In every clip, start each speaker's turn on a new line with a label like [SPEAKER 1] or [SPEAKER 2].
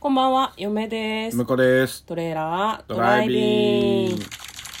[SPEAKER 1] こんばんは、嫁です
[SPEAKER 2] 向。こうです。
[SPEAKER 1] トレーラード
[SPEAKER 2] ド
[SPEAKER 1] ラ
[SPEAKER 2] ラ
[SPEAKER 1] イ
[SPEAKER 2] イ
[SPEAKER 1] ビ
[SPEAKER 2] ビ
[SPEAKER 1] ン
[SPEAKER 2] ン
[SPEAKER 1] グ。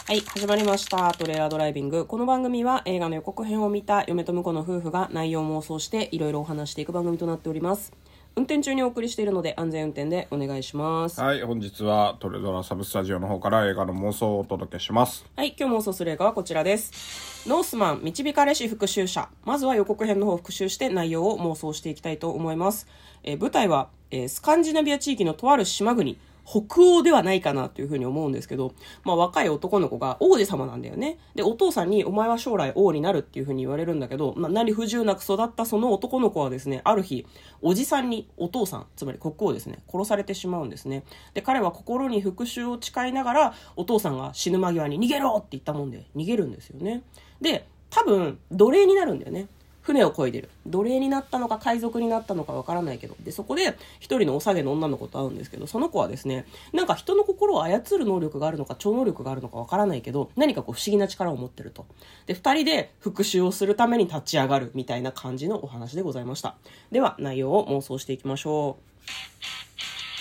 [SPEAKER 1] はい、始まりました。トレーラードライビング。この番組は映画の予告編を見た嫁と婿の夫婦が内容妄想していろいろお話していく番組となっております。運転中にお送りしているので安全運転でお願いします。は
[SPEAKER 2] はい、本日はトレドラサブスタジオの方から映画の妄想をお届けします。
[SPEAKER 1] い、今日妄想する映画はこちらです。ノースマン、導かれし復讐者。まずは予告編の方を復習して内容を妄想していきたいと思います。えー舞台は、えースカンジナビア地域のとある島国。北欧ではないかなというふうに思うんですけど、まあ若い男の子が王子様なんだよね。で、お父さんにお前は将来王になるっていうふうに言われるんだけど、まあ何不自由なく育ったその男の子はですね、ある日、おじさんにお父さん、つまり国王ですね、殺されてしまうんですね。で、彼は心に復讐を誓いながら、お父さんが死ぬ間際に逃げろって言ったもんで、逃げるんですよね。で、多分、奴隷になるんだよね。船を漕いでる奴隷になったのか海賊になったのかわからないけどでそこで一人のおさげの女の子と会うんですけどその子はですねなんか人の心を操る能力があるのか超能力があるのかわからないけど何かこう不思議な力を持ってるとで二人で復讐をするために立ち上がるみたいな感じのお話でございましたでは内容を妄想していきましょう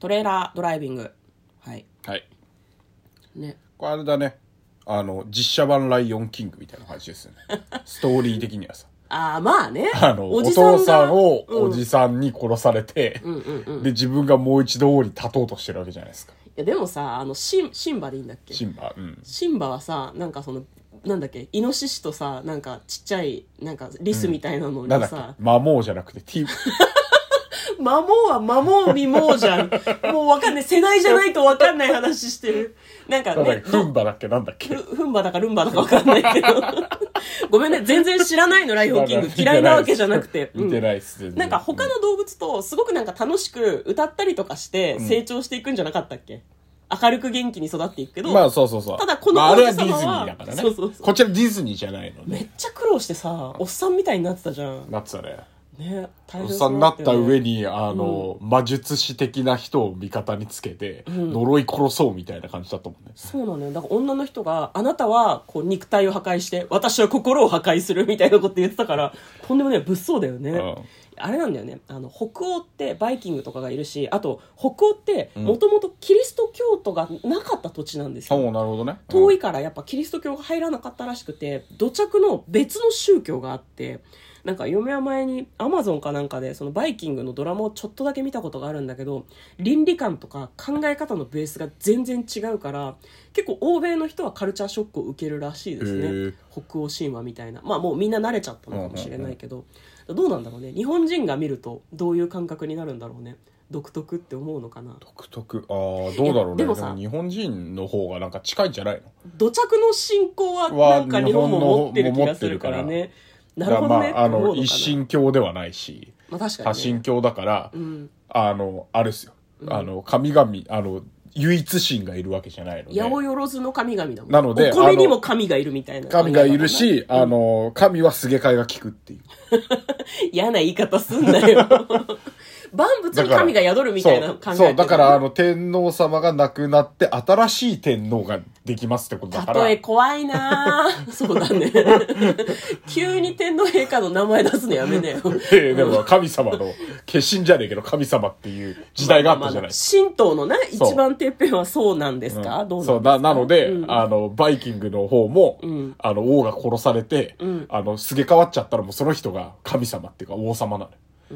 [SPEAKER 1] トレーラードライビングはい
[SPEAKER 2] はい。
[SPEAKER 1] ね
[SPEAKER 2] これあれだね。あの、実写版ライオンキングみたいな話ですよ ね。ストーリー的にはさ。
[SPEAKER 1] ああまあね
[SPEAKER 2] あの、お
[SPEAKER 1] じが
[SPEAKER 2] 父さんを
[SPEAKER 1] うん
[SPEAKER 2] おじさんに殺されて、
[SPEAKER 1] うんうんうん
[SPEAKER 2] で、自分がもう一度王に立とうとしてるわけじゃないですか。
[SPEAKER 1] いやでもさあのシンシンバでいいんだっけ
[SPEAKER 2] シンバ、うん。
[SPEAKER 1] シンバはさなんかそのなんだっけイノシシとさなんかちっちゃいなんかリスみたいなのに
[SPEAKER 2] なんだっけ
[SPEAKER 1] さ、
[SPEAKER 2] 魔王じゃなくて、ティ
[SPEAKER 1] 魔モは魔モ未亡じゃんもうわかんない世代じゃないとわかんない話してるなんか
[SPEAKER 2] なんだっ
[SPEAKER 1] ね
[SPEAKER 2] け、フンバだっけ、なんだっけ
[SPEAKER 1] ふ。ふんばだかルンバだかわかんないけどごめんね全然知らないのライオンキング嫌いなわけじゃなくて
[SPEAKER 2] 見て
[SPEAKER 1] い、
[SPEAKER 2] ないっす。見
[SPEAKER 1] う
[SPEAKER 2] て
[SPEAKER 1] んなんか他の動物とすごくなんか楽しく歌ったりとかして成長していくんじゃなかったっけ、明るく元気に育っていくけど、
[SPEAKER 2] まあそうそうそう。
[SPEAKER 1] ただこの
[SPEAKER 2] まああれは
[SPEAKER 1] 王
[SPEAKER 2] ディ
[SPEAKER 1] 子
[SPEAKER 2] ズニ
[SPEAKER 1] 様は
[SPEAKER 2] ーだからね。
[SPEAKER 1] そうそうそう
[SPEAKER 2] こちらディズニーじゃないの
[SPEAKER 1] め
[SPEAKER 2] ね。
[SPEAKER 1] っちゃ苦労してさおっさんみたいになってたじゃん
[SPEAKER 2] なってたね。
[SPEAKER 1] ね大
[SPEAKER 2] お
[SPEAKER 1] 変
[SPEAKER 2] っさ
[SPEAKER 1] そ
[SPEAKER 2] ん
[SPEAKER 1] う
[SPEAKER 2] に
[SPEAKER 1] だ
[SPEAKER 2] な
[SPEAKER 1] っ
[SPEAKER 2] ったた
[SPEAKER 1] よね
[SPEAKER 2] 上に、あの、魔術師的な人を味方につけて、呪い殺そうみたいな感じだと思うね。
[SPEAKER 1] そうなのよだから女の人があなたはこう肉体を破壊して私は心を破壊するみたいなこと言ってたからとんでもない物騒だよね、
[SPEAKER 2] うん
[SPEAKER 1] あれなんだよねあの北欧ってバイキングとかがいるしあと北欧ってもともとキリスト教徒がなかった土地なんですよ、
[SPEAKER 2] そう、なるほどね。
[SPEAKER 1] 遠
[SPEAKER 2] い。
[SPEAKER 1] いからやっぱキリスト教が入らなかったらしくて土着の別の宗教があってなんか嫁は前にアマゾンかなんかでそのバイキングのドラマをちょっとだけ見たことがあるんだけど倫理観とか考え方のベースが全然違うから結構欧米の人はカルチャーショックを受けるらしいです
[SPEAKER 2] へ
[SPEAKER 1] ね
[SPEAKER 2] ー
[SPEAKER 1] 北欧神話みたいなまあもうみんな慣れちゃったのかもしれないけどどうなんだろうね日本人が見るとどういう感覚になるんだろうね独特って思うのかな
[SPEAKER 2] 独特。ああ、どうだろ
[SPEAKER 1] で
[SPEAKER 2] うね。で
[SPEAKER 1] も
[SPEAKER 2] も
[SPEAKER 1] さ
[SPEAKER 2] 日本人の方がなんか近いんじゃないの
[SPEAKER 1] 土着の信仰は
[SPEAKER 2] は
[SPEAKER 1] なんか日本も持ってる気がするからね。なるほどね。
[SPEAKER 2] だからまあ、あ
[SPEAKER 1] って思
[SPEAKER 2] の、
[SPEAKER 1] うかな
[SPEAKER 2] 一神教ではないし、
[SPEAKER 1] まあ確か
[SPEAKER 2] 多
[SPEAKER 1] に、ね
[SPEAKER 2] 神。教だから、
[SPEAKER 1] うん。
[SPEAKER 2] あの、あれっすよ。あの、神々、あの、唯一神がいるわけじゃないので。
[SPEAKER 1] 八百万の神々だもん。
[SPEAKER 2] なので
[SPEAKER 1] お米に
[SPEAKER 2] あ
[SPEAKER 1] も
[SPEAKER 2] の
[SPEAKER 1] 神がいるみたいな。
[SPEAKER 2] 神がいるし、あの、神はすげ替えが効くっていう。
[SPEAKER 1] 嫌な言い方すんな よ。万物に神が宿るみたいな考え
[SPEAKER 2] そ
[SPEAKER 1] て
[SPEAKER 2] う
[SPEAKER 1] る
[SPEAKER 2] そうだからあの天皇様が亡くなって新しい天皇ができますってことだから
[SPEAKER 1] 例え怖いなぁそうだね。急に天皇陛下の名前出すのやめねよ。
[SPEAKER 2] ええでも神様の化身じゃねえけど神様っていう時代があったじゃないです
[SPEAKER 1] 神道のね、
[SPEAKER 2] そう
[SPEAKER 1] 一番てっぺんはそうなんです
[SPEAKER 2] か、
[SPEAKER 1] か、どうなんですか
[SPEAKER 2] そうななので、
[SPEAKER 1] うん
[SPEAKER 2] あのバイキングの方も、
[SPEAKER 1] ん
[SPEAKER 2] あの王が殺されて、
[SPEAKER 1] ん
[SPEAKER 2] あのすげ替わっちゃったらもうその人が神様っていうか王様なの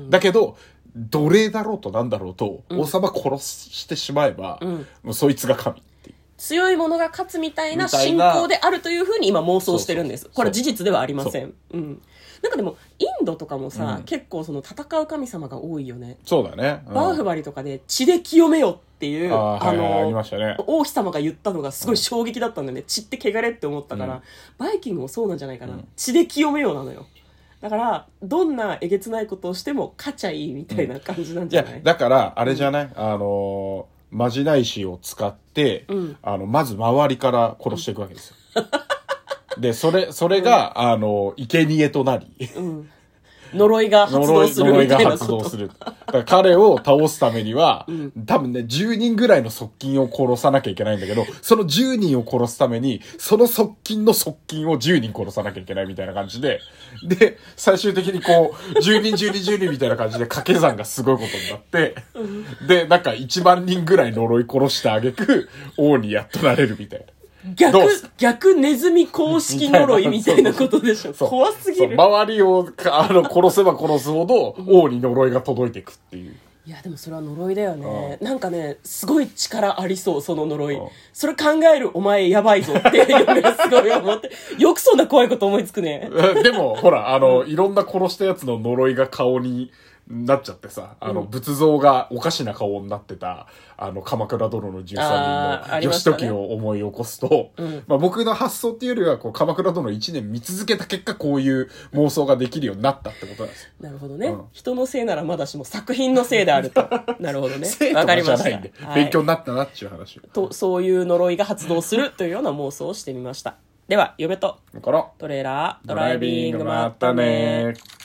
[SPEAKER 2] よ、だけど奴隷だろうとなんだろうと、王様殺してしまえば、
[SPEAKER 1] ん
[SPEAKER 2] もうそいつが神っていう
[SPEAKER 1] 強いものが勝つみたいな
[SPEAKER 2] みたい
[SPEAKER 1] 信
[SPEAKER 2] な
[SPEAKER 1] 仰であるというふうに今妄想してるんです。
[SPEAKER 2] そうそうそう
[SPEAKER 1] これ事実ではありません。うん。なんかでも、インドとかもさ、
[SPEAKER 2] うん
[SPEAKER 1] 結構その戦う神様が多いよね。
[SPEAKER 2] そうだね、うん
[SPEAKER 1] バーフバリとかで血で清めよっていう、
[SPEAKER 2] あーはいはいあり
[SPEAKER 1] の
[SPEAKER 2] ま、したね
[SPEAKER 1] 王妃様が言ったのがすごい衝撃だったんだよね。血って汚れって思ったから、
[SPEAKER 2] うん
[SPEAKER 1] バイキングもそうなんじゃないかな。
[SPEAKER 2] うん
[SPEAKER 1] 血で清めよなのよ。だから、どんなえげつないことをしても勝ちゃいいみたいな感じなん
[SPEAKER 2] い
[SPEAKER 1] じゃ
[SPEAKER 2] や
[SPEAKER 1] ない、
[SPEAKER 2] だからあれじゃない、あのーまじない石を使って、
[SPEAKER 1] うん
[SPEAKER 2] あのまず周りから殺していくわけですよ、 でそれそれが、あのー生贄となり
[SPEAKER 1] うん。呪いが発動
[SPEAKER 2] 呪い
[SPEAKER 1] する
[SPEAKER 2] 呪
[SPEAKER 1] み
[SPEAKER 2] い
[SPEAKER 1] た
[SPEAKER 2] が
[SPEAKER 1] いなこ
[SPEAKER 2] 発
[SPEAKER 1] と
[SPEAKER 2] 動する。だから彼を倒すために は、
[SPEAKER 1] ん
[SPEAKER 2] 多分ね、10人ぐらいの側近を殺さなきゃいけないんだけど、その10人を殺すために、その側近の側近を10人殺さなきゃいけないみたいな感じで、で、最終的にこう、10人、10人、10人みたいな感じで掛け算がすごいことになって、で、なんか1万人ぐらい呪い殺してあげく、王にやっとなれるみたいな。
[SPEAKER 1] 逆
[SPEAKER 2] どうす
[SPEAKER 1] 逆ネズミ公式呪いみたいなことでしょ
[SPEAKER 2] そう
[SPEAKER 1] 怖すぎる
[SPEAKER 2] そう周りをかあの殺せば殺すほど、王に呪いが届いていくっていう。
[SPEAKER 1] いやでもそれは呪いだよねなんかねすごい力ありそうその呪い
[SPEAKER 2] うん
[SPEAKER 1] それ考えるお前やばいぞって嫁はすごい思 ってよくそんな怖いこと思いつくね
[SPEAKER 2] えでも、ほら、あの、いろんな殺したやつの呪いが顔になっちゃってさ、あの、仏像がおかしな顔になってた、あの、鎌倉殿の
[SPEAKER 1] あーあ
[SPEAKER 2] 13
[SPEAKER 1] り
[SPEAKER 2] 人
[SPEAKER 1] ま
[SPEAKER 2] の
[SPEAKER 1] し
[SPEAKER 2] 義
[SPEAKER 1] たね
[SPEAKER 2] 時を思い起こすと、
[SPEAKER 1] ん
[SPEAKER 2] まあ僕の発想っていうよりは、こう、鎌倉殿1年見続けた結果、こういう妄想ができるようになったってことなんですよ。
[SPEAKER 1] なるほどね、
[SPEAKER 2] うん
[SPEAKER 1] 人のせいならまだしも作品のせいである となるほどね
[SPEAKER 2] 生
[SPEAKER 1] わか
[SPEAKER 2] 徒が
[SPEAKER 1] り
[SPEAKER 2] じゃ
[SPEAKER 1] ま
[SPEAKER 2] ないんで
[SPEAKER 1] し、た
[SPEAKER 2] 勉強
[SPEAKER 1] はい
[SPEAKER 2] になったなっていう話。
[SPEAKER 1] とそういう呪いが発動するというような妄想をしてみましたでは嫁と
[SPEAKER 2] だから、
[SPEAKER 1] トレーラード
[SPEAKER 2] ド
[SPEAKER 1] ラ
[SPEAKER 2] ラ
[SPEAKER 1] イ
[SPEAKER 2] イ
[SPEAKER 1] ビ
[SPEAKER 2] ビ
[SPEAKER 1] ン
[SPEAKER 2] ン
[SPEAKER 1] グ
[SPEAKER 2] グ
[SPEAKER 1] ま
[SPEAKER 2] ま
[SPEAKER 1] っ
[SPEAKER 2] ったた
[SPEAKER 1] ね
[SPEAKER 2] ね